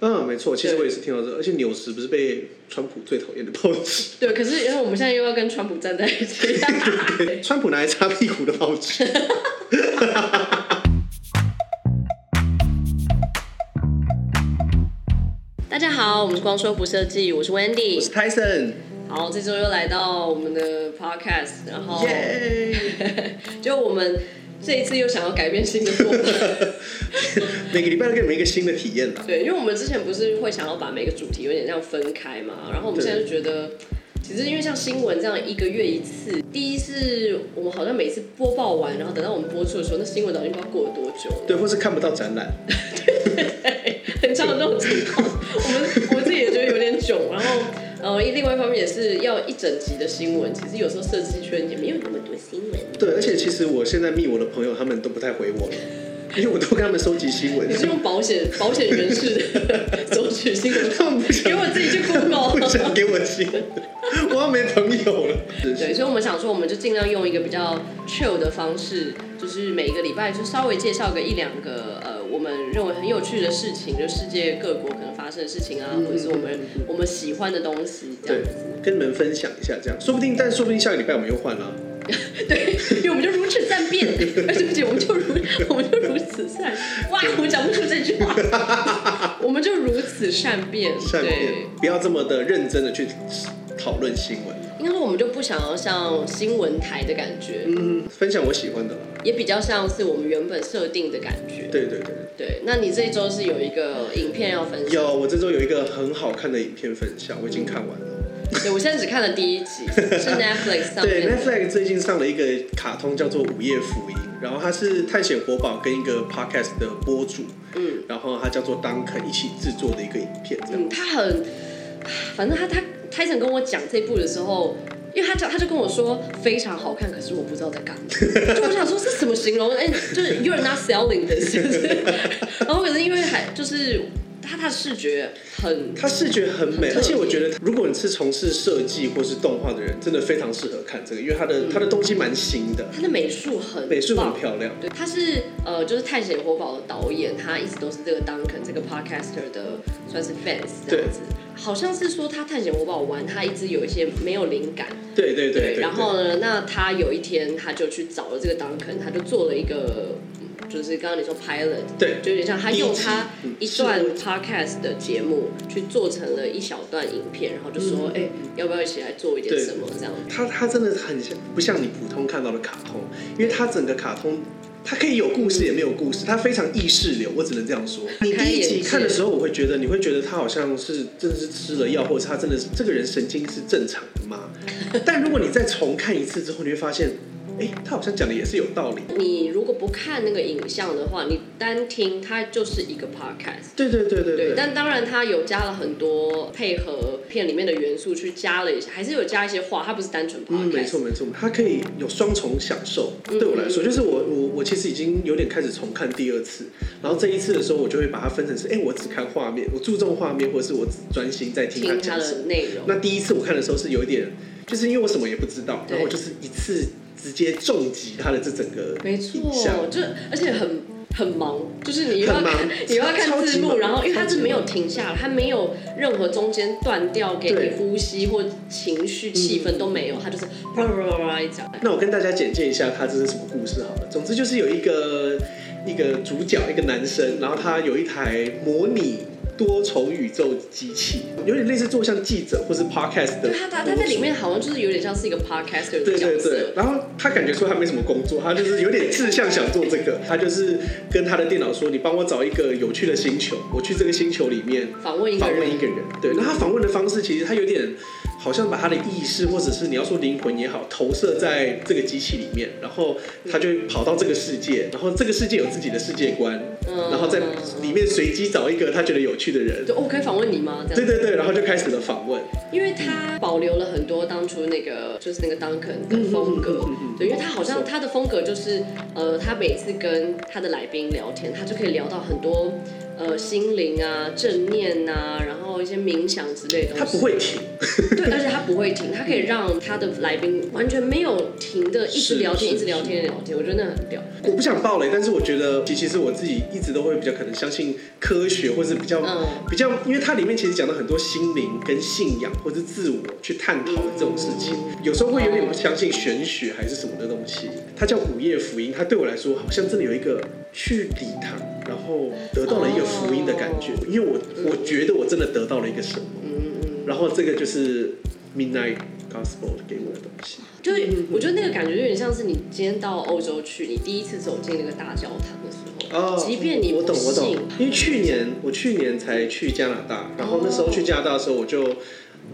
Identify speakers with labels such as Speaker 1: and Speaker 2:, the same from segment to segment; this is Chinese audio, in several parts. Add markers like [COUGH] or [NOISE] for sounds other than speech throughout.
Speaker 1: 嗯，没错，其实我也是听到这，而且纽时不是被川普最讨厌的报纸， [LAUGHS]
Speaker 2: 对，可是因为我们现在又要跟川普站在一起，
Speaker 1: 川普拿来擦屁股的报纸。
Speaker 2: [LAUGHS] 大家好，我们是光说不设计，我是
Speaker 1: 我是
Speaker 2: Wendy。
Speaker 1: Tyson，
Speaker 2: 好，这周又来到我们的 podcast，然后
Speaker 1: 耶！
Speaker 2: [LAUGHS] 就我们这一次又想要改变新的做 [LAUGHS] 法，
Speaker 1: 每个礼拜都给你们一个新的体验啊啦。
Speaker 2: 对，因为我们之前不是会想要把每个主题有点这样分开嘛，然后我们
Speaker 1: 对
Speaker 2: 现在就觉得。其实因为像新闻这样一个月一次，第一是我们好像每次播报完，然后等到我们播出的时候，那新闻早就不知道过了多久了。
Speaker 1: 对，或是看不到展览，
Speaker 2: 很常有这种情况，我们我自己也觉得有点囧。然后，呃，另外一方面也是要一整集的新闻，其实有时候设计圈也没有那么多新闻。
Speaker 1: 对，而且其实我现在密我的朋友，他们都不太回我，因为我都跟他们收集新闻
Speaker 2: 你，是用保险保险人士的索取新闻
Speaker 1: 他们不想
Speaker 2: 给我自己去
Speaker 1: 不 [LAUGHS]
Speaker 2: Google。
Speaker 1: 想给我新闻，我要没朋友了。
Speaker 2: 对，所以我们想说，我们就尽量用一个比较 chill 的方式，就是每一个礼拜就稍微介绍个一两个呃，我们认为很有趣的事情，就世界各国可能发生的事情啊，或者是我们我们喜欢的东西这样
Speaker 1: 对
Speaker 2: 子。，
Speaker 1: 跟你们分享一下，这样说不定，但说不定下个礼拜我们又换了。啊
Speaker 2: 对，因为我们就如此善变，
Speaker 1: [LAUGHS]
Speaker 2: 而且不起，我们就如我们就如此善，哇，我讲不出这句
Speaker 1: [LAUGHS]
Speaker 2: 话，我们就如此善变，
Speaker 1: 善
Speaker 2: 对
Speaker 1: 变，，不要这么的认真的去讨论新闻，
Speaker 2: 应该说我们就不想要像新闻台的感觉，
Speaker 1: 嗯，分享我喜欢的。
Speaker 2: 也比较像是我们原本设定的感觉。
Speaker 1: 对对对，
Speaker 2: 对，那你这一周是有一个影片要分享，
Speaker 1: 有我这周有一个很好看的影片分享，我已经看完了。
Speaker 2: 对我现在只看了第一集，
Speaker 1: [LAUGHS]
Speaker 2: 是 Netflix 上
Speaker 1: 对
Speaker 2: 面的。
Speaker 1: ，Netflix 最近上了一个卡通叫做《午夜福音》，然后它是探险活宝跟一个 podcast 的播主，
Speaker 2: 嗯，
Speaker 1: 然后它叫做 Duncan 一起制作的一个影片，这样。
Speaker 2: 嗯，他很，反正他他 Tyson 跟我讲这部的时候，因为他讲他就跟我说非常好看，可是我不知道在干嘛， [LAUGHS] 就我想说这怎么形容？哎、就是 you're not selling this，就是 [LAUGHS] 然后可是因为还就是他他的视觉很
Speaker 1: 它视觉很美，
Speaker 2: 很特别
Speaker 1: 而且我觉得，如果你是从事设计或是动画的人，真的非常适合看这个，因为它的它的东西蛮新的，
Speaker 2: 他的美术很
Speaker 1: 美术很
Speaker 2: 嗯棒。
Speaker 1: 漂亮。
Speaker 2: 对，他是呃，就是《探险活宝》的导演，他一直都是这个 Duncan 这个 podcaster 的算是 fans 这样子。好像是说他《探险活宝》玩，他一直有一些没有灵感，
Speaker 1: 对对对
Speaker 2: 对，然后呢，那他有一天他就去找了这个 Duncan，他就做了一个，嗯就是刚刚你说 pilot，
Speaker 1: 对
Speaker 2: 就有点像他
Speaker 1: 第一
Speaker 2: 用
Speaker 1: 集
Speaker 2: 他
Speaker 1: 嗯
Speaker 2: 一
Speaker 1: 是
Speaker 2: 段
Speaker 1: 我
Speaker 2: podcast 的节目去做成了一小段影片，然后就说，哎、要不要一起来做一
Speaker 1: 嗯
Speaker 2: 点
Speaker 1: 对
Speaker 2: 什么这样？
Speaker 1: 它它真的很像，不像你普通看到的卡通，因为它整个卡通。它可以有故事，也没有故事，它非常意识流，我只能这样说。你第一集看的时候，我会觉得你会觉得他好像是真的是吃了药，或者他真的是这个人神经是正常的吗？但如果你再重看一次之后，你会发现，哎、他好像讲的也是有道理。
Speaker 2: 你如果不看那个影像的话，你单听它就是一个 podcast。
Speaker 1: 对对对对
Speaker 2: 对，
Speaker 1: 对，
Speaker 2: 但当然它有加了很多配合片里面的元素去加了一下，还是有加一些话，它不是单纯 podcast、
Speaker 1: 嗯，没错没错，它可以有双重享受。
Speaker 2: 嗯
Speaker 1: 对我来说，就是我我我其实已经有点开始重看第二次，然后这一次的时候，我就会把它分成是，哎、我只看画面，我注重画面，或者是我只专心在听他
Speaker 2: 听它
Speaker 1: 讲什么。
Speaker 2: 的内容。
Speaker 1: 那第一次我看的时候是有一点，就是因为我什么也不知道，
Speaker 2: 对
Speaker 1: 然后我就是一次直接重击他的这整个
Speaker 2: 没
Speaker 1: 影像
Speaker 2: 错，就而且很很忙，就是你又要
Speaker 1: 很忙
Speaker 2: 看你又要
Speaker 1: 超
Speaker 2: 看
Speaker 1: 级
Speaker 2: 字幕，
Speaker 1: 忙
Speaker 2: 然后因为它
Speaker 1: 超级
Speaker 2: 是没有停下来，它没有任何中间断掉给
Speaker 1: 对
Speaker 2: 你呼吸或情绪气氛都没有，它就是啪啪啪啪一讲。
Speaker 1: 那我跟大家简介一下它这是什么故事好了。总之就是有一个一个主角，一个男生，然后他有一台模拟多重宇宙机器，有点类似做像记者或是 podcast 的
Speaker 2: 对，它它它啊在里面好像就是有点像是一个 podcaster
Speaker 1: 对
Speaker 2: 的角
Speaker 1: 对对
Speaker 2: 色，，
Speaker 1: 然后他感觉说他没什么工作，他就是有点志向想做这个，他就是跟他的电脑说：“你帮我找一个有趣的星球，我去这个星球里面
Speaker 2: 访问一个
Speaker 1: 访问
Speaker 2: 人
Speaker 1: 一。个人。”对，那他访问的方式其实他有点好像把他的意识或者是你要说灵魂也好，投射在这个机器里面，然后他就跑到这个世界，然后这个世界有自己的世界观，
Speaker 2: 嗯
Speaker 1: 然后在里面随机找一个他觉得有趣的人。
Speaker 2: 就我可以访问你吗？这
Speaker 1: 对
Speaker 2: 样，
Speaker 1: 对对，然后就开始了访问。
Speaker 2: 因为它保留了很多当初那个就是那个 Duncan 的风格，
Speaker 1: 嗯嗯嗯嗯嗯
Speaker 2: 对，因为他好像
Speaker 1: 没错
Speaker 2: 他的风格就是，呃，他每次跟他的来宾聊天，他就可以聊到很多呃心灵啊、正念啊，然后一些冥想之类的东西。
Speaker 1: 它不会停，
Speaker 2: 对，而且它不会停，它可以让他的来宾完全没有停的，一直聊天，
Speaker 1: 是
Speaker 2: 一直聊天，聊天，我觉得那很屌。
Speaker 1: 我不想暴雷，但是我觉得其其实我自己一直都会比较可能相信科学，或是比较、
Speaker 2: 嗯
Speaker 1: 比较，因为它里面其实讲到很多心灵跟信仰或是自我去探讨的这种事情，有时候会有点不相信玄学还是什么的东西。它叫午夜福音，它对我来说好像真的有一个去礼堂，然后得到了一个福音的感觉，因为我我觉得我真的得到了一个什么，
Speaker 2: 嗯嗯，
Speaker 1: 然后这个就是 Midnight Gospel 给我的东西。
Speaker 2: 就是我觉得那个感觉有点像是你今天到欧洲去，你第一次走进那个大教堂的时候，
Speaker 1: 哦，
Speaker 2: 即便你
Speaker 1: 我
Speaker 2: 不
Speaker 1: 懂我懂
Speaker 2: 信，，哦
Speaker 1: 因为去年我去年才去加拿大，然后那时候去加拿大的时候，我就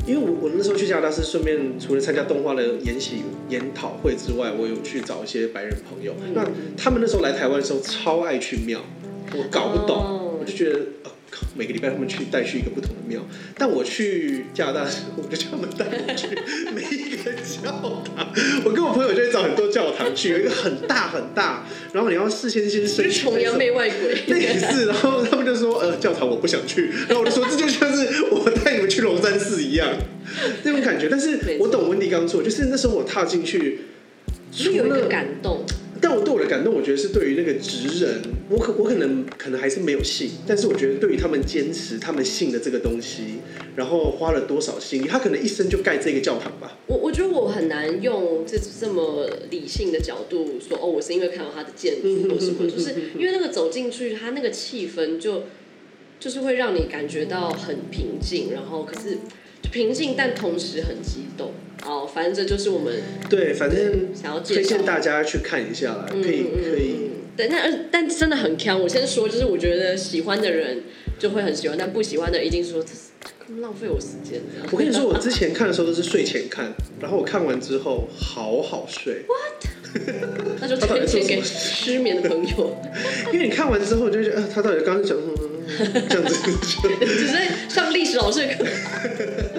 Speaker 1: 因为我我那时候去加拿大是顺便除了参加动画的研习研讨会之外，我有去找一些白人朋友，
Speaker 2: 嗯
Speaker 1: 那他们那时候来台湾的时候超爱去庙，我搞不懂，
Speaker 2: 哦
Speaker 1: 我就觉得。哦靠每个礼拜他们去带去一个不同的庙，但我去加拿大的时候，我就叫他们带我去每一个教堂。我跟我朋友就会找很多教堂去，有一个很大很大，然后你要事先先
Speaker 2: 就
Speaker 1: 申
Speaker 2: 是 [LAUGHS]
Speaker 1: 请
Speaker 2: 崇洋媚外鬼。
Speaker 1: 类似，然后他们就说，呃，教堂我不想去，然后我就说，这就像是我带你们去龙山寺一样，那种感觉。但是我懂温迪刚说，就是那时候我踏进去，
Speaker 2: 就
Speaker 1: 除
Speaker 2: 有一个
Speaker 1: 了，
Speaker 2: 感动，
Speaker 1: 但我对我的感动，我觉得是对于那个职人，我可我可能可能还是没有信，但是我觉得对于他们坚持他们信的这个东西，然后花了多少心力，他可能一生就盖这个教堂吧。
Speaker 2: 我我觉得我很难用这这么理性的角度说，哦，我是因为看到他的建筑或什么，就是因为那个走进去，他那个气氛就就是会让你感觉到很平静，然后可是就平静，但同时很激动。哦，反正这就是我们
Speaker 1: 对，反正
Speaker 2: 想要介
Speaker 1: 推
Speaker 2: 绍
Speaker 1: 荐大家去看一下啦，
Speaker 2: 嗯
Speaker 1: 可以可以。
Speaker 2: 对，那而但真的很坑。我先说，就是我觉得喜欢的人就会很喜欢，但不喜欢的人一定说这是这浪费我时间这样。
Speaker 1: 我跟你说，我之前看的时候都是睡前看，然后我看完之后好好睡，
Speaker 2: 那就推荐给失眠的朋友， [LAUGHS]
Speaker 1: 因为你看完之后你就觉得，呃，他到底刚刚讲什么这样子，
Speaker 2: 只是上历史老师的课。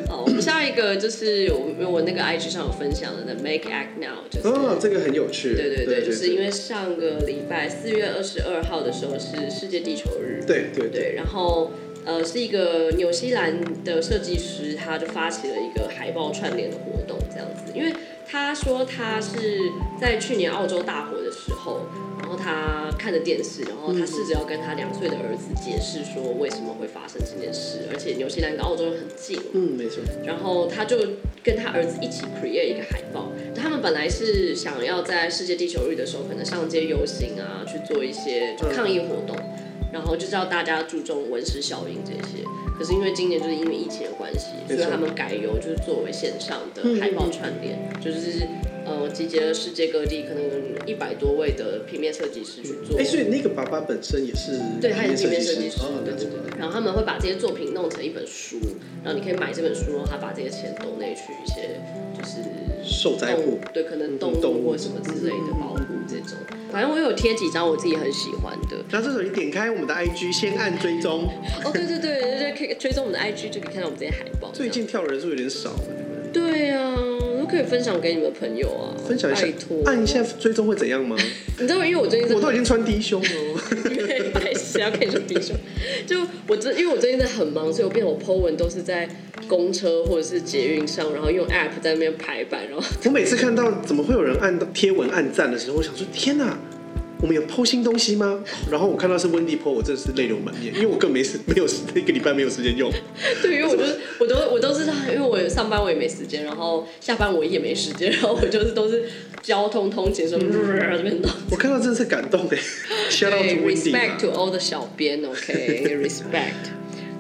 Speaker 2: 好，下一个就是我我那个 IG 上有分享的那 Make Act Now，就是、
Speaker 1: 哦，这个很有趣，
Speaker 2: 对对
Speaker 1: 对
Speaker 2: 对，就是因为上个礼拜四月二十二号的时候是世界地球日，
Speaker 1: 对对对，
Speaker 2: 对，然后呃是一个纽西兰的设计师，他就发起了一个海报串联的活动，这样子，因为他说他是在去年澳洲大火的时候，然后他看着电视，然后他试着要跟他两岁的儿子解释说为什么会发生这件事，而且纽西兰跟澳洲很近，
Speaker 1: 嗯，没错，
Speaker 2: 然后他就跟他儿子一起 create 一个海报。他们本来是想要在世界地球日的时候，可能上街游行啊，去做一些
Speaker 1: 嗯
Speaker 2: 就抗议活动，然后就叫大家注重温室效应这些。可是因为今年就是因为疫情的关系，所
Speaker 1: 没错嗯
Speaker 2: 以他们改由就是作为线上的海报串联，就是呃集结了世界各地可能一百多位的平面设计师去做。
Speaker 1: 哎，所以那个爸爸本身也是
Speaker 2: 对，他也是平面设计
Speaker 1: 计
Speaker 2: 师，对对对。然后他们会把这些作品弄成一本书，然后你可以买这本书，然后他把这些钱都内去一些就是
Speaker 1: 受灾
Speaker 2: 动
Speaker 1: 户
Speaker 2: 物，对，可能动
Speaker 1: 动
Speaker 2: 物
Speaker 1: 物
Speaker 2: 或什么之类的保护这种。
Speaker 1: 嗯
Speaker 2: 反正我有贴几张我自己很喜欢的。
Speaker 1: 那这时候你点开我们的 IG，先按追踪。
Speaker 2: 哦，对对对，就是可以追踪我们的 IG 就可以看到我们这些海报。
Speaker 1: 最近跳的人数有点少，
Speaker 2: 这样对啊，都可以分享给你们朋友啊，
Speaker 1: 分享一下
Speaker 2: 拜托，
Speaker 1: 按一下。追踪会怎
Speaker 2: [LAUGHS]
Speaker 1: 样吗？
Speaker 2: 你知道，因为我最近真
Speaker 1: 我
Speaker 2: 的
Speaker 1: 都已经穿低胸了。
Speaker 2: 太瞎，可以说低胸。就我真，因为我最近真的很忙，所以我变成我 Po 文都是在公车或者是捷运上，然后用 App 在那边排版，然后
Speaker 1: 我每次看到怎么会有人按贴文按赞的时候，我想说天哪、我们有剖新东西吗？然后我看到是温蒂剖，我真的是泪流满面，因为我更没时没有时一个礼拜没有时间用。
Speaker 2: 对，因为我就是我都我都是因为我上班我也没时间，然后下班我也没时间，然后我就是都是交通通勤的时候这边弄。
Speaker 1: 我看到真的是感动
Speaker 2: [LAUGHS]
Speaker 1: 哎，吓到
Speaker 2: 对
Speaker 1: 温蒂啊
Speaker 2: respect to all 的小编，OK，respect。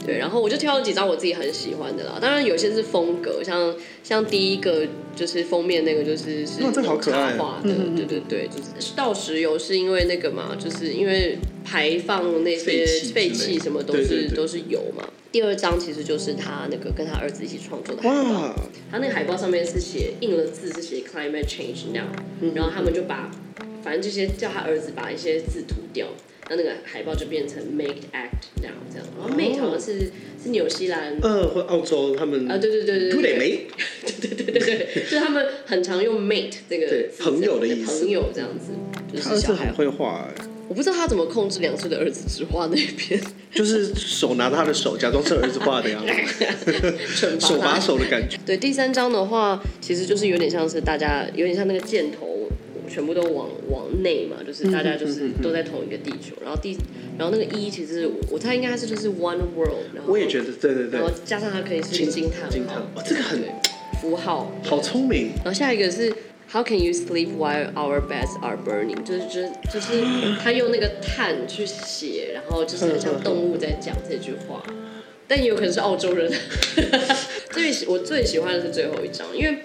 Speaker 2: 对，然后我就挑了几张我自己很喜欢的啦，当然有些是风格，像像第一个就是封面那个就是是
Speaker 1: 哦这好可爱
Speaker 2: 插
Speaker 1: 哦
Speaker 2: 画的，对对对，就是倒石油是因为那个嘛，就是因为排放那
Speaker 1: 废
Speaker 2: 些
Speaker 1: 气之类的
Speaker 2: 废气什么都
Speaker 1: 对
Speaker 2: 是
Speaker 1: 对对
Speaker 2: 都是油嘛。第二张其实就是他那个跟他儿子一起创作的海报，
Speaker 1: 哇，
Speaker 2: 他那个海报上面是写印了字是写 climate change now，、然
Speaker 1: 嗯
Speaker 2: 后他们就把反正这些叫他儿子把一些字涂掉，那那个海报就变成 make act now 这样。
Speaker 1: 哦
Speaker 2: 然后 make 好像是是纽西兰
Speaker 1: 呃，或澳洲他们
Speaker 2: 啊，对对对对
Speaker 1: 土磊
Speaker 2: 对对
Speaker 1: 梅，
Speaker 2: 对对对对，就是他们很常用 mate 这个
Speaker 1: 对
Speaker 2: 字
Speaker 1: 朋友的意思
Speaker 2: 朋友这样子，就是
Speaker 1: 他儿
Speaker 2: 小
Speaker 1: 子
Speaker 2: 孩
Speaker 1: 很会画哎，
Speaker 2: 我不知道他怎么控制两岁的儿子只画那
Speaker 1: [LAUGHS]
Speaker 2: 边， [LAUGHS]
Speaker 1: 就是手拿着他的手，假装是儿子画的样子，手把手的感觉。
Speaker 2: 对，第三章的话，其实就是有点像是大家有点像那个箭头，全部都往往内嘛，就是大家
Speaker 1: 嗯
Speaker 2: 就是都在同一个地球。然后第，然后那个一、e、其实我猜应该是就是 one world。
Speaker 1: 我也觉得，对对对。
Speaker 2: 然后加上它可以是惊叹
Speaker 1: 惊叹，哇，这个很
Speaker 2: 符号，
Speaker 1: 好聪明。
Speaker 2: 然后下一个是。How can you sleep while our beds are burning？就是就是就是他用那个碳去写，然后就是很像动物在讲这句话，但也有可能是澳洲人。 [LAUGHS] 最我最喜欢的是最后一章，因为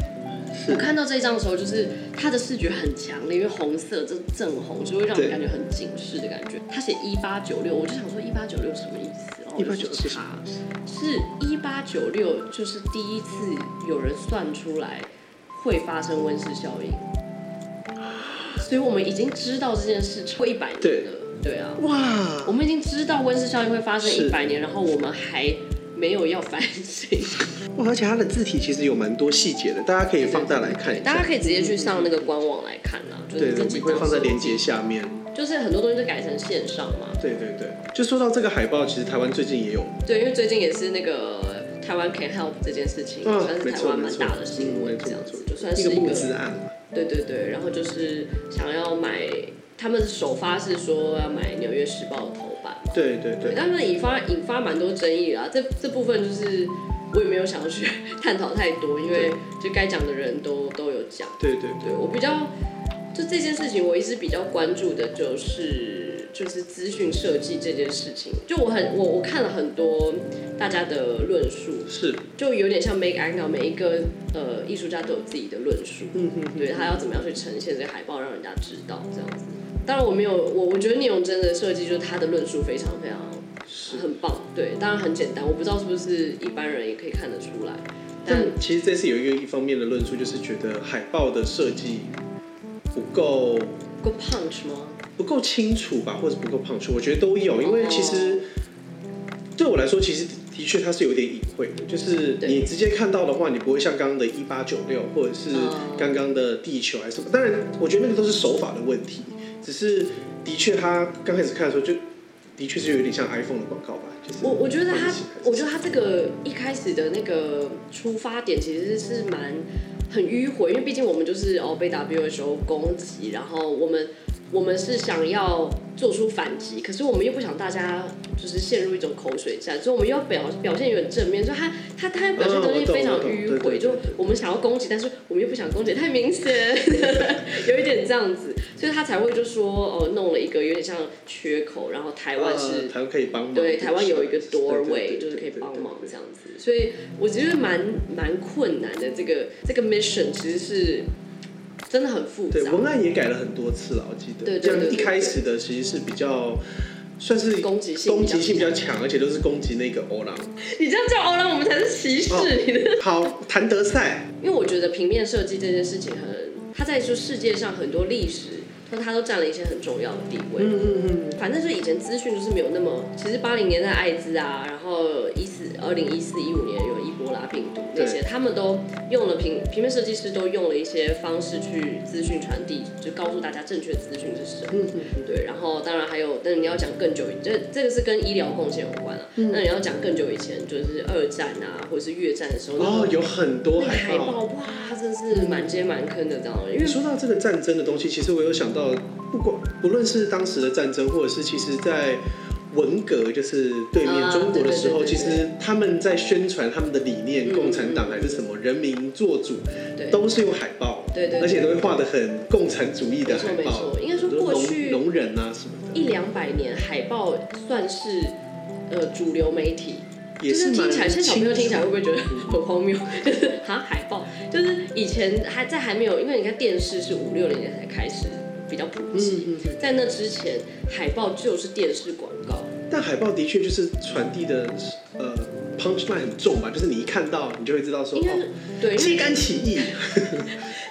Speaker 2: 我看到这一章的时候，就是它的视觉很强烈，因为红色这正红，就会让人感觉很警示的感觉。他写一八九六，我就想说一八九六什么意思？然后我就去查，是一八九六，就是第一次有人算出来。会发生温室效应，所以我们已经知道这件事超一百年了，对啊，
Speaker 1: 哇，
Speaker 2: 我们已经知道温室效应会发生一百年，然后我们还没有要反省。
Speaker 1: 哇，而且它的字体其实有蛮多细节的，大家可以放大来看一下，
Speaker 2: 大家可以直接去上那个官网来看啦，就是自己
Speaker 1: 会放在链接下面。
Speaker 2: 就是很多东西都改成线上嘛。
Speaker 1: 对对对，就说到这个海报，其实台湾最近也有，
Speaker 2: 对，因为最近也是那个。台湾 Can Help 这件事情、嗯、算是台湾蛮大的新
Speaker 1: 嗯
Speaker 2: 闻，这样子就算是一个
Speaker 1: 募资案
Speaker 2: 对对对，然后就是想要买，他们首发是说要买《纽约时报》的头版嘛。
Speaker 1: 对对对。
Speaker 2: 但是引发引发蛮多争议啊，这这部分就是我也没有想要去 [LAUGHS] 探讨太多，因为就该讲的人都都有讲。
Speaker 1: 对对对，
Speaker 2: 我比较就这件事情，我一直比较关注的就是就是资讯设计这件事情，就我很我我看了很多。大家的论述
Speaker 1: 是，
Speaker 2: 就有点像 make a n g l 每一个呃艺术家都有自己的论述，嗯哼，对他要怎么样去呈现这个海报，让人家知道这样子。当然我没有，我我觉得聂永真的设计就是他的论述非常非常很棒，对，当然很简单，我不知道是不是一般人也可以看得出来。
Speaker 1: 但其实这次有一个一方面的论述，就是觉得海报的设计不够
Speaker 2: 不够 punch 吗？
Speaker 1: 不够清楚吧，或者不够 punch，我觉得都有，因为其实、哦、对我来说，其实。的确，它是有点隐晦的，就是你直接看到的话，你不会像刚刚的一八九六，或者是
Speaker 2: 嗯呃
Speaker 1: 刚刚的地球还是什么。当然，我觉得那个都是手法的问题，只是的确，他刚开始看的时候就的确是有点像 iPhone 的广告吧。就是
Speaker 2: 我我觉得他，我觉得他这个一开始的那个出发点其实是蛮很迂回，因为毕竟我们就是哦被 WHO 攻击，然后我们。我们是想要做出反击，可是我们又不想大家就是陷入一种口水战，所以我们又要表表现有点正面，所以他他他表现东西非常迂回，就我们想要攻击，但是我们又不想攻击太明显， [LAUGHS] 有一点这样子，所以他才会就说哦，弄了一个有点像缺口，然后台湾是、
Speaker 1: 啊、台湾可以帮忙，
Speaker 2: 嗯对，台湾有一个 doorway 就是可以帮忙这样子，所以我觉得蛮蛮困难的这个这个 mission 其实是。真的很复杂，
Speaker 1: 对文案也改了很多次了，我记得。
Speaker 2: 对对
Speaker 1: 对。像一开始的其实是比较，算是
Speaker 2: 攻击性
Speaker 1: 攻击性比较强，而且都是攻击那个欧郎。
Speaker 2: 你这样叫欧郎，我们才是歧视你的。
Speaker 1: 好，谭德赛。
Speaker 2: 因为我觉得平面设计这件事情很，它在说世界上很多历史，它它都占了一些很重要的地位。
Speaker 1: 嗯嗯嗯。
Speaker 2: 反正就以前资讯就是没有那么，其实八零年代艾滋啊，然后一四二零一四一五年有一波拉病毒。那些他们都用了平平面设计师都用了一些方式去资讯传递，就告诉大家正确资讯是什么。
Speaker 1: 嗯
Speaker 2: 嗯。对，然后当然还有，但你要讲更久，这这个是跟医疗贡献有关啊。嗯。那你要讲更久以前，就是二战啊，或者是越战的时候。
Speaker 1: 哦，有很多
Speaker 2: 海
Speaker 1: 报。
Speaker 2: 哇，真是满街满坑的这样。因为
Speaker 1: 说到这个战争的东西，其实我有想到，不管不论是当时的战争，或者是其实在。文革就是啊对嗯面中国的时候，其实他们在宣传他们的理念，共产党还是什么人民做主，都是用海报，
Speaker 2: 对对，
Speaker 1: 而且都会画的很共产主义的海报，
Speaker 2: 应该说过去
Speaker 1: 容忍啊什么的，
Speaker 2: 一两百年海报算是呃主流媒体，
Speaker 1: 也是
Speaker 2: 听起来，现在小朋友听起来会不会觉得很荒谬？ [LAUGHS] 啊，海报就是以前还在还没有，因为你看电视是五六零年才开始。比较普及，在那之前，海报就是电视广告。
Speaker 1: 但海报的确就是传递的呃 punchline 很重吧，就是你一看到你就会知道说，哦
Speaker 2: 应该是对，
Speaker 1: 揭竿起义，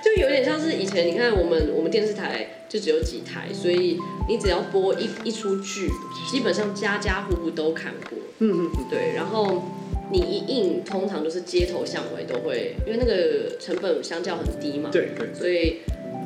Speaker 2: 就有点像是以前你看我们我们电视台就只有几台，所以你只要播一一出剧，基本上家家户户都看过。
Speaker 1: 嗯嗯嗯，
Speaker 2: 对，然后。你一印通常就是街头巷尾都会，因为那个成本相较很低嘛，
Speaker 1: 对对，
Speaker 2: 所以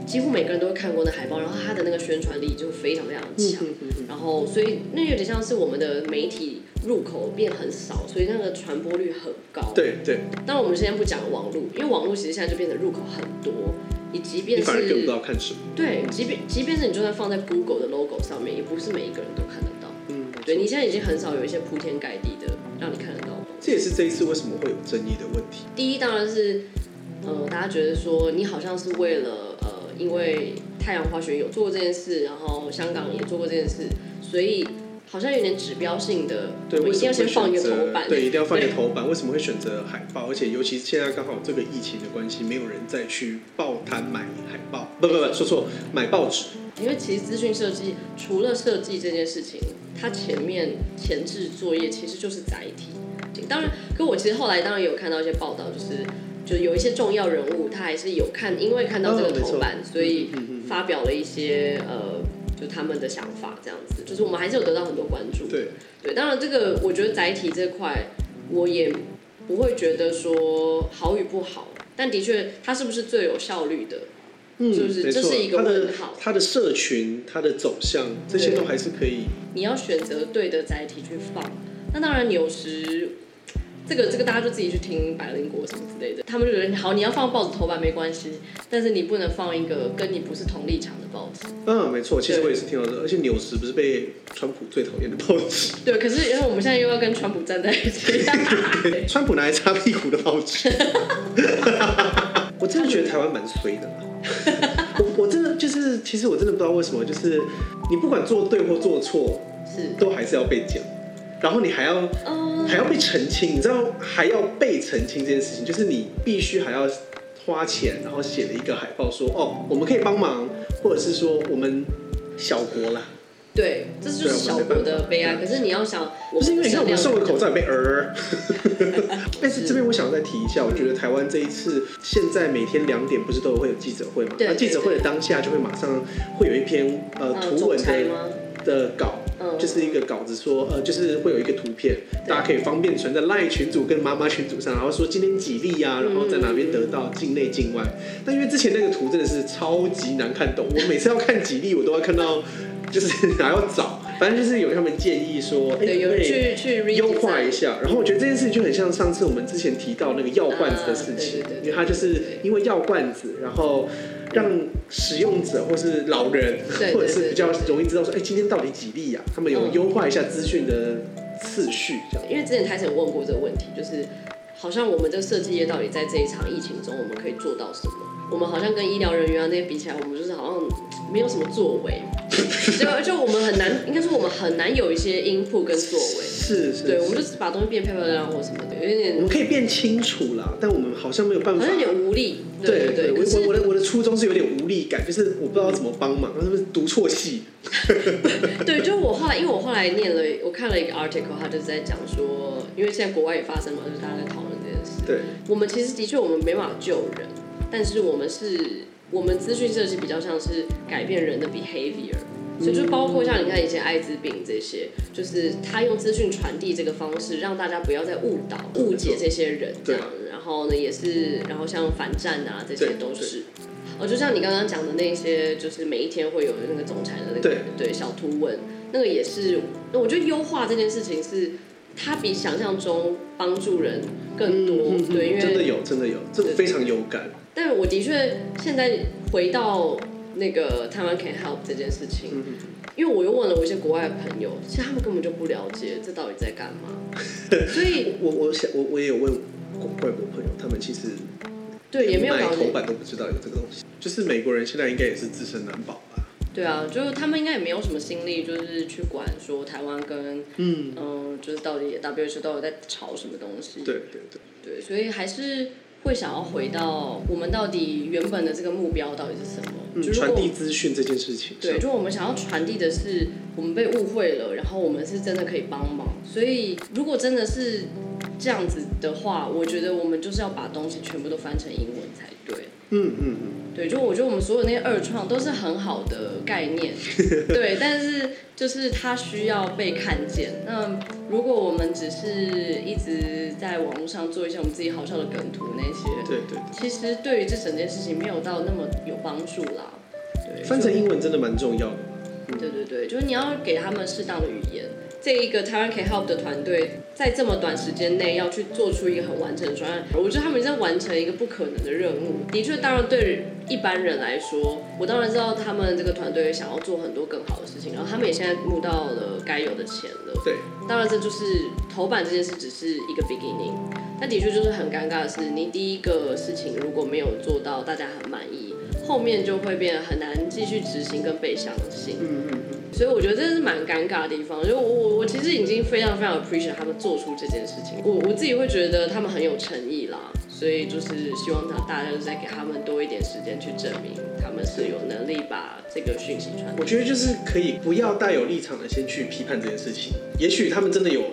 Speaker 2: 几乎每个人都会看过那海报，然后它的那个宣传力就非常非常
Speaker 1: 嗯
Speaker 2: 强。然后所以那有点像是我们的媒体入口变很少，所以那个传播率很高。
Speaker 1: 嗯对对，
Speaker 2: 当然我们现在不讲网络，因为网络其实现在就变得入口很多，你即便
Speaker 1: 你
Speaker 2: 是
Speaker 1: 反而更不知道看什么。
Speaker 2: 对，即便即便是你就算放在 Google 的 logo 上面，也不是每一个人都看得到。
Speaker 1: 嗯，
Speaker 2: 对你现在已经很少有一些铺天盖地的让你看得到的东西。
Speaker 1: 这也是这一次为什么会有争议的问题。
Speaker 2: 第一当然是，呃，大家觉得说你好像是为了呃，因为太阳花学运有做过这件事，然后香港也做过这件事，所以好像有点指标性的，
Speaker 1: 对，
Speaker 2: 我
Speaker 1: 为什
Speaker 2: 们一
Speaker 1: 么
Speaker 2: 定要先
Speaker 1: 会
Speaker 2: 放一
Speaker 1: 选
Speaker 2: 个
Speaker 1: 择
Speaker 2: 头版，
Speaker 1: 对，一定要放一个
Speaker 2: 对
Speaker 1: 头版。为什么会选择海报？而且尤其现在刚好这个疫情的关系，没有人再去报摊买海报，不不不，说错，买报纸。
Speaker 2: 因为其实资讯设计除了设计这件事情，它前面前置作业其实就是载体。当然，可我其实后来当然有看到一些报道，就是就有一些重要人物，他还是有看，因为看到这
Speaker 1: 哦
Speaker 2: 个
Speaker 1: 没错
Speaker 2: 头版，所以
Speaker 1: 嗯嗯嗯
Speaker 2: 发表了一些呃，就他们的想法这样子。就是我们还是有得到很多关注。
Speaker 1: 嗯对，
Speaker 2: 对，当然这个我觉得载体这块，我也不会觉得说好与不好，但的确它是不是最有效率的，
Speaker 1: 嗯，
Speaker 2: 是不是
Speaker 1: 没
Speaker 2: 这
Speaker 1: 错
Speaker 2: 是一个
Speaker 1: 它的
Speaker 2: 问号
Speaker 1: 它的社群、它的走向，这些
Speaker 2: 对
Speaker 1: 都还是可以。
Speaker 2: 你要选择对的载体去放。那当然有时。这个这个大家就自己去听百灵果什么之类的，他们就觉得好，你要放报纸头版没关系，但是你不能放一个跟你不是同立场的报纸。
Speaker 1: 嗯，没错，其实
Speaker 2: 对
Speaker 1: 我也是听到这，而且纽时不是被川普最讨厌的报纸，
Speaker 2: 对，可是因为我们现在又要跟川普站在一起，
Speaker 1: 川普拿来擦屁股的报纸。我真的觉得台湾蛮衰的啦。我我真的就是，其实我真的不知道为什么，就是你不管做对或做错，
Speaker 2: 是，
Speaker 1: 都还是要被讲，然后你还要
Speaker 2: 嗯、
Speaker 1: 还要被澄清，你知道还要被澄清这件事情，就是你必须还要花钱，然后写了一个海报说哦，我们可以帮忙，或者是说我们小国啦，
Speaker 2: 对，这就是小国的悲哀。可是你要想，
Speaker 1: 不
Speaker 2: 我
Speaker 1: 是因为你看我们
Speaker 2: 受
Speaker 1: 送个口罩也被呃， [LAUGHS] 但是这边我想要再提一下，我觉得台湾这一次现在每天两点不是都会有记者会嘛？
Speaker 2: 对
Speaker 1: 那记者会的当下就会马上会有一篇呃
Speaker 2: 呃
Speaker 1: 图文
Speaker 2: 总裁
Speaker 1: 的
Speaker 2: 吗？
Speaker 1: 的稿
Speaker 2: 嗯，
Speaker 1: 就是一个稿子说，呃，就是会有一个图片，大家可以方便存在 LINE 群组跟妈妈群组上，然后说今天几例啊，然后在哪边得到，境内境外。但因为之前那个图真的是超级难看懂，我每次要看几例，我都要看到，就是还要找，反正就是有他们建议说，哎，
Speaker 2: 对，有人
Speaker 1: 可以
Speaker 2: 去去 read
Speaker 1: 优化一下。然后我觉得这件事情就很像上次我们之前提到那个药罐子的事情，
Speaker 2: 啊对对对对
Speaker 1: 因为它就是因为药罐子，然后让使用者或是老人
Speaker 2: 对对对
Speaker 1: 或者是比较容易知道说，哎，今天到底几例啊？他们有优化一下资讯的次序，这样。
Speaker 2: 因为之前台审问过这个问题，就是好像我们这个设计业到底在这一场疫情中，我们可以做到什么？我们好像跟医疗人员啊那些比起来，我们就是好像没有什么作为， [LAUGHS] 就就我们很难，应该说我们很难有一些 input 跟作为。
Speaker 1: 是是，
Speaker 2: 对，我
Speaker 1: 是
Speaker 2: 们就只把东西变漂漂亮亮或什么的，有一
Speaker 1: 我
Speaker 2: 点
Speaker 1: 们可以变清楚啦，但我们好像没有办
Speaker 2: 好
Speaker 1: 法
Speaker 2: 像。有点无力。
Speaker 1: 嗯对
Speaker 2: 对对，可
Speaker 1: 我我我
Speaker 2: 是
Speaker 1: 的我的初衷是有点无力感，就是我不知道怎么帮忙，是不是读错戏？
Speaker 2: 对，就我后来，因为我后来念了，我看了一个 article，他就是在讲说，因为现在国外也发生嘛，就是大家在讨论这件事。
Speaker 1: 对，
Speaker 2: 我们其实的确我们没办法救人，但是我们是，我们资讯设计比较像是改变人的 behavior，所以就包括像你看以前艾滋病这些，就是他用资讯传递这个方式，让大家不要再误导、误解这些人这样。然后呢，也是，然后像反战啊这些
Speaker 1: 对
Speaker 2: 都
Speaker 1: 对
Speaker 2: 是。哦，就像你刚刚讲的那些，就是每一天会有那个总裁的那个
Speaker 1: 对
Speaker 2: 小图文，那个也是，那我觉得优化这件事情是它比想象中帮助人更多，
Speaker 1: 嗯
Speaker 2: 对，因为
Speaker 1: 真的有，真的有，这个非常有感。
Speaker 2: 但我的确现在回到那个台湾 can help 这件事
Speaker 1: 嗯
Speaker 2: 情，因为我又问了我一些国外的朋友，其实他们根本就不了解这到底在干
Speaker 1: [LAUGHS]
Speaker 2: 嘛，所以
Speaker 1: 我我想我我也有问国外国朋友，他们其实
Speaker 2: 对也没有
Speaker 1: 买
Speaker 2: 搞
Speaker 1: 头
Speaker 2: 懂，
Speaker 1: 版都不知道有这个东西。就是美国人现在应该也是自身难保吧？
Speaker 2: 对啊，就是他们应该也没有什么心力，就是去管说台湾跟
Speaker 1: 嗯，
Speaker 2: 嗯，就是到底 WHO 到底在吵什么东西，
Speaker 1: 对对对，
Speaker 2: 对，所以还是会想要回到我们到底原本的这个目标到底是什么，
Speaker 1: 嗯
Speaker 2: 就如
Speaker 1: 传
Speaker 2: 果
Speaker 1: 递资讯这件事情上，
Speaker 2: 对，就我们想要传递的是，我们被误会了，然后我们是真的可以帮忙。所以，如果真的是这样子的话，我觉得我们就是要把东西全部都翻成英文才对。啊
Speaker 1: 嗯嗯嗯，
Speaker 2: 对，就我觉得我们所有那些二创都是很好的概念，对，但是就是它需要被看见。那如果我们只是一直在网络上做一些我们自己好笑的梗图那些，
Speaker 1: 对对对。
Speaker 2: 其实对于这整件事情没有到那么有帮助啦。对，
Speaker 1: 翻成英文真的蛮重要的。
Speaker 2: 对对对，就是你要给他们适当的语言。这一个 t a r a K Help 的团队在这么短时间内要去做出一个很完整的专案，我觉得他们在完成一个不可能的任务。的确，当然对一般人来说，我当然知道他们这个团队想要做很多更好的事情，然后他们也现在募到了该有的钱了。
Speaker 1: 对，
Speaker 2: 当然这就是头版这件事只是一个 beginning，但的确就是很尴尬的是，你第一个事情如果没有做到大家很满意，后面就会变得很难继续执行跟被相信。
Speaker 1: 嗯嗯嗯，
Speaker 2: 所以我觉得这是蛮尴尬的地方，就我我我其实已经非常非常 appreciate 他们做出这件事情，我我自己会觉得他们很有诚意啦，所以就是希望他大家就是再给他们多一点时间去证明他们是有能力把这个讯息传递。
Speaker 1: 我觉得就是可以不要带有立场的先去批判这件事情，也许他们真的有。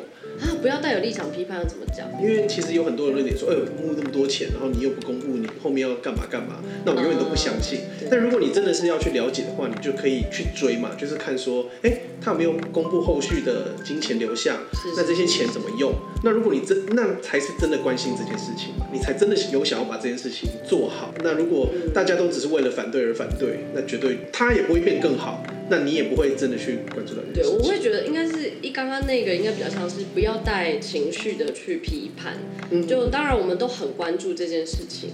Speaker 2: 啊，不要带有立场批判，要怎么讲？
Speaker 1: 因为其实有很多人论点说，哎、我募那么多钱，然后你又不公布你后面要干嘛干嘛，那我永远都不相信
Speaker 2: 嗯。
Speaker 1: 但如果你真的是要去了解的话，你就可以去追嘛，就是看说，哎、他有没有公布后续的金钱流向，
Speaker 2: 是是
Speaker 1: 那这些钱怎么用？那如果你真那才是真的关心这件事情嘛，你才真的有想要把这件事情做好。那如果
Speaker 2: 嗯
Speaker 1: 大家都只是为了反对而反对，那绝对他也不会变更好，那你也不会真的去关注到这件
Speaker 2: 对，
Speaker 1: 事
Speaker 2: 我
Speaker 1: 情。
Speaker 2: 会觉得应该是一刚刚那个应该比较像是不要带情绪的去批判，
Speaker 1: 嗯
Speaker 2: 就当然我们都很关注这件事情，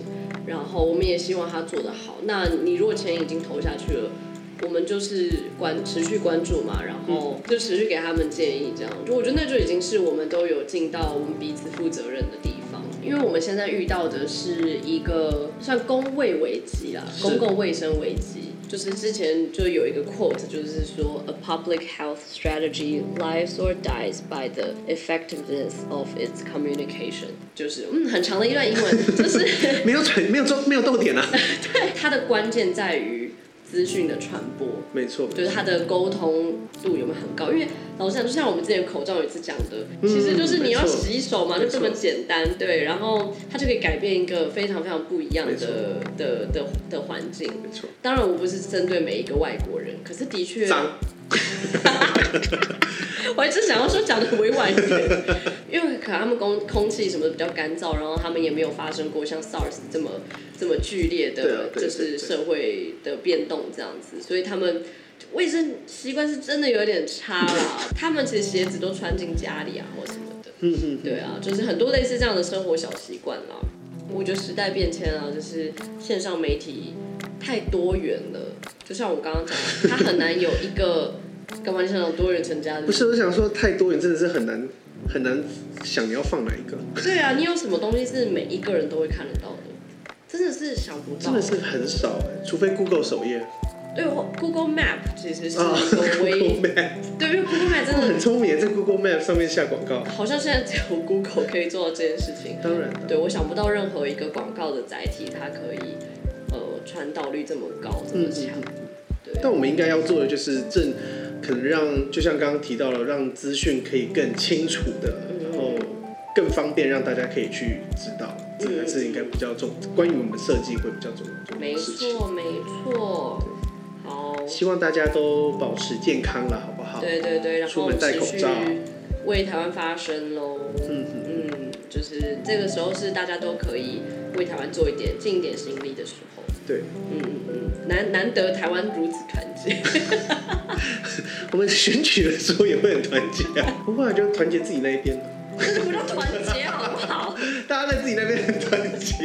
Speaker 2: 然后我们也希望他做得好。那你如果钱已经投下去了，我们就是关持续关注嘛，然后就持续给他们建议，这样就我觉得那就已经是我们都有尽到我们彼此负责任的地方。因为我们现在遇到的是一个算公卫危机啦，
Speaker 1: 是
Speaker 2: 公共卫生危机。就是之前就有一个 quote，就是说 a public health strategy lives or dies by the effectiveness of its communication，就是嗯很长的一段英文，就是
Speaker 1: 没有转，没有做，没有逗点啊。
Speaker 2: 它的关键在于资讯的传播。
Speaker 1: 没错，
Speaker 2: 就是他的沟通度有没有很高？因为老实讲，就像我们之前口罩有一次讲的，其实就是你要
Speaker 1: 没错
Speaker 2: 洗手嘛，就这么
Speaker 1: 没错
Speaker 2: 简单，对。然后它就可以改变一个非常非常不一样
Speaker 1: 没错
Speaker 2: 的的的的环境。
Speaker 1: 没错，
Speaker 2: 当然，我不是针对每一个外国人，可是的确，
Speaker 1: 脏。
Speaker 2: 我一直想要说讲的委婉一点，因为可能他们空空气什么的比较干燥，然后他们也没有发生过像 SARS 这么这么剧烈
Speaker 1: 对啊
Speaker 2: 的，
Speaker 1: 对
Speaker 2: 就是社会的变动这样子，所以他们卫生习惯是真的有点差啦。他们其实鞋子都穿进家里啊，或什么的。
Speaker 1: 嗯嗯。
Speaker 2: 对啊，就是很多类似这样的生活小习惯啦。我觉得时代变迁啊，就是线上媒体太多元了，就像我刚刚讲的，它很难有一个。干嘛？你想想多元成家的
Speaker 1: 不是，我想说太多人真的是很难很难想你要放哪一个，
Speaker 2: 对啊，你有什么东西是每一个人都会看得到的？真的是想不
Speaker 1: 真
Speaker 2: 到
Speaker 1: 的。是很少欸，除非 Google 首页
Speaker 2: 对我，Google Map 其实是
Speaker 1: 啊
Speaker 2: 我唯
Speaker 1: ，Google
Speaker 2: 一，
Speaker 1: Map
Speaker 2: 对，因为 Google Map 真
Speaker 1: 很
Speaker 2: 的
Speaker 1: 聪明，在 Google Map 上面下广告，
Speaker 2: 好像现在只有 Google 可以做到这件事情。
Speaker 1: 当然的，
Speaker 2: 对，我想不到任何一个广告的载体，它可以呃传导率这么高，这么
Speaker 1: 嗯
Speaker 2: 强。
Speaker 1: 但我们应该要做的就是正，可能让就像刚刚提到了，让资讯可以更清楚的，
Speaker 2: 嗯
Speaker 1: 然后更方便让大家可以去知道，这才是应该比较重，关于我们设计会比较重重
Speaker 2: 没
Speaker 1: 要的事情。
Speaker 2: 错，没错。好，
Speaker 1: 希望大家都保持健康了，好不好？
Speaker 2: 对对对，然后
Speaker 1: 出
Speaker 2: 我
Speaker 1: 门
Speaker 2: 们
Speaker 1: 戴
Speaker 2: 持
Speaker 1: 口
Speaker 2: 续
Speaker 1: 罩
Speaker 2: 为台湾发声喽。
Speaker 1: 嗯嗯，
Speaker 2: 嗯，就是这个时候是大家都可以为台湾做一点尽一点心力的时候。
Speaker 1: 对。
Speaker 2: 嗯嗯嗯，难难得台湾如此团 [LAUGHS] 结。
Speaker 1: 我们选举的时候也会很团结啊，我后来就团结自己那一边了，
Speaker 2: 这就不叫团结啊好不 [LAUGHS] 好？
Speaker 1: 大家在自己那边 [LAUGHS] 很团结、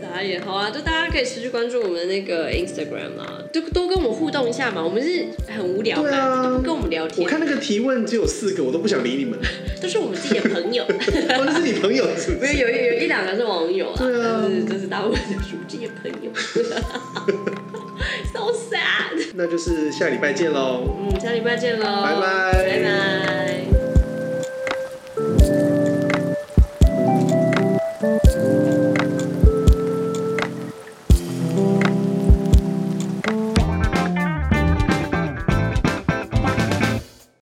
Speaker 2: 啥也好啊，就大家可以持续关注我们那个 Instagram 啊，就多跟我们互动一下嘛。我们是很无聊
Speaker 1: 对啊
Speaker 2: 的，都不跟我们聊
Speaker 1: 我
Speaker 2: 天，
Speaker 1: 看那个提问只有四个，我都不想理你们。
Speaker 2: 都是我们自己的朋友。
Speaker 1: 哦，那是你朋友是不
Speaker 2: 因为
Speaker 1: 是？
Speaker 2: 有有有一两个是网友啦，
Speaker 1: 对啊
Speaker 2: 但是就是大部分都是我自己的朋友。so sad。
Speaker 1: 那就是下礼拜见喽。
Speaker 2: 嗯，下礼拜见喽，
Speaker 1: 拜拜
Speaker 2: 拜拜。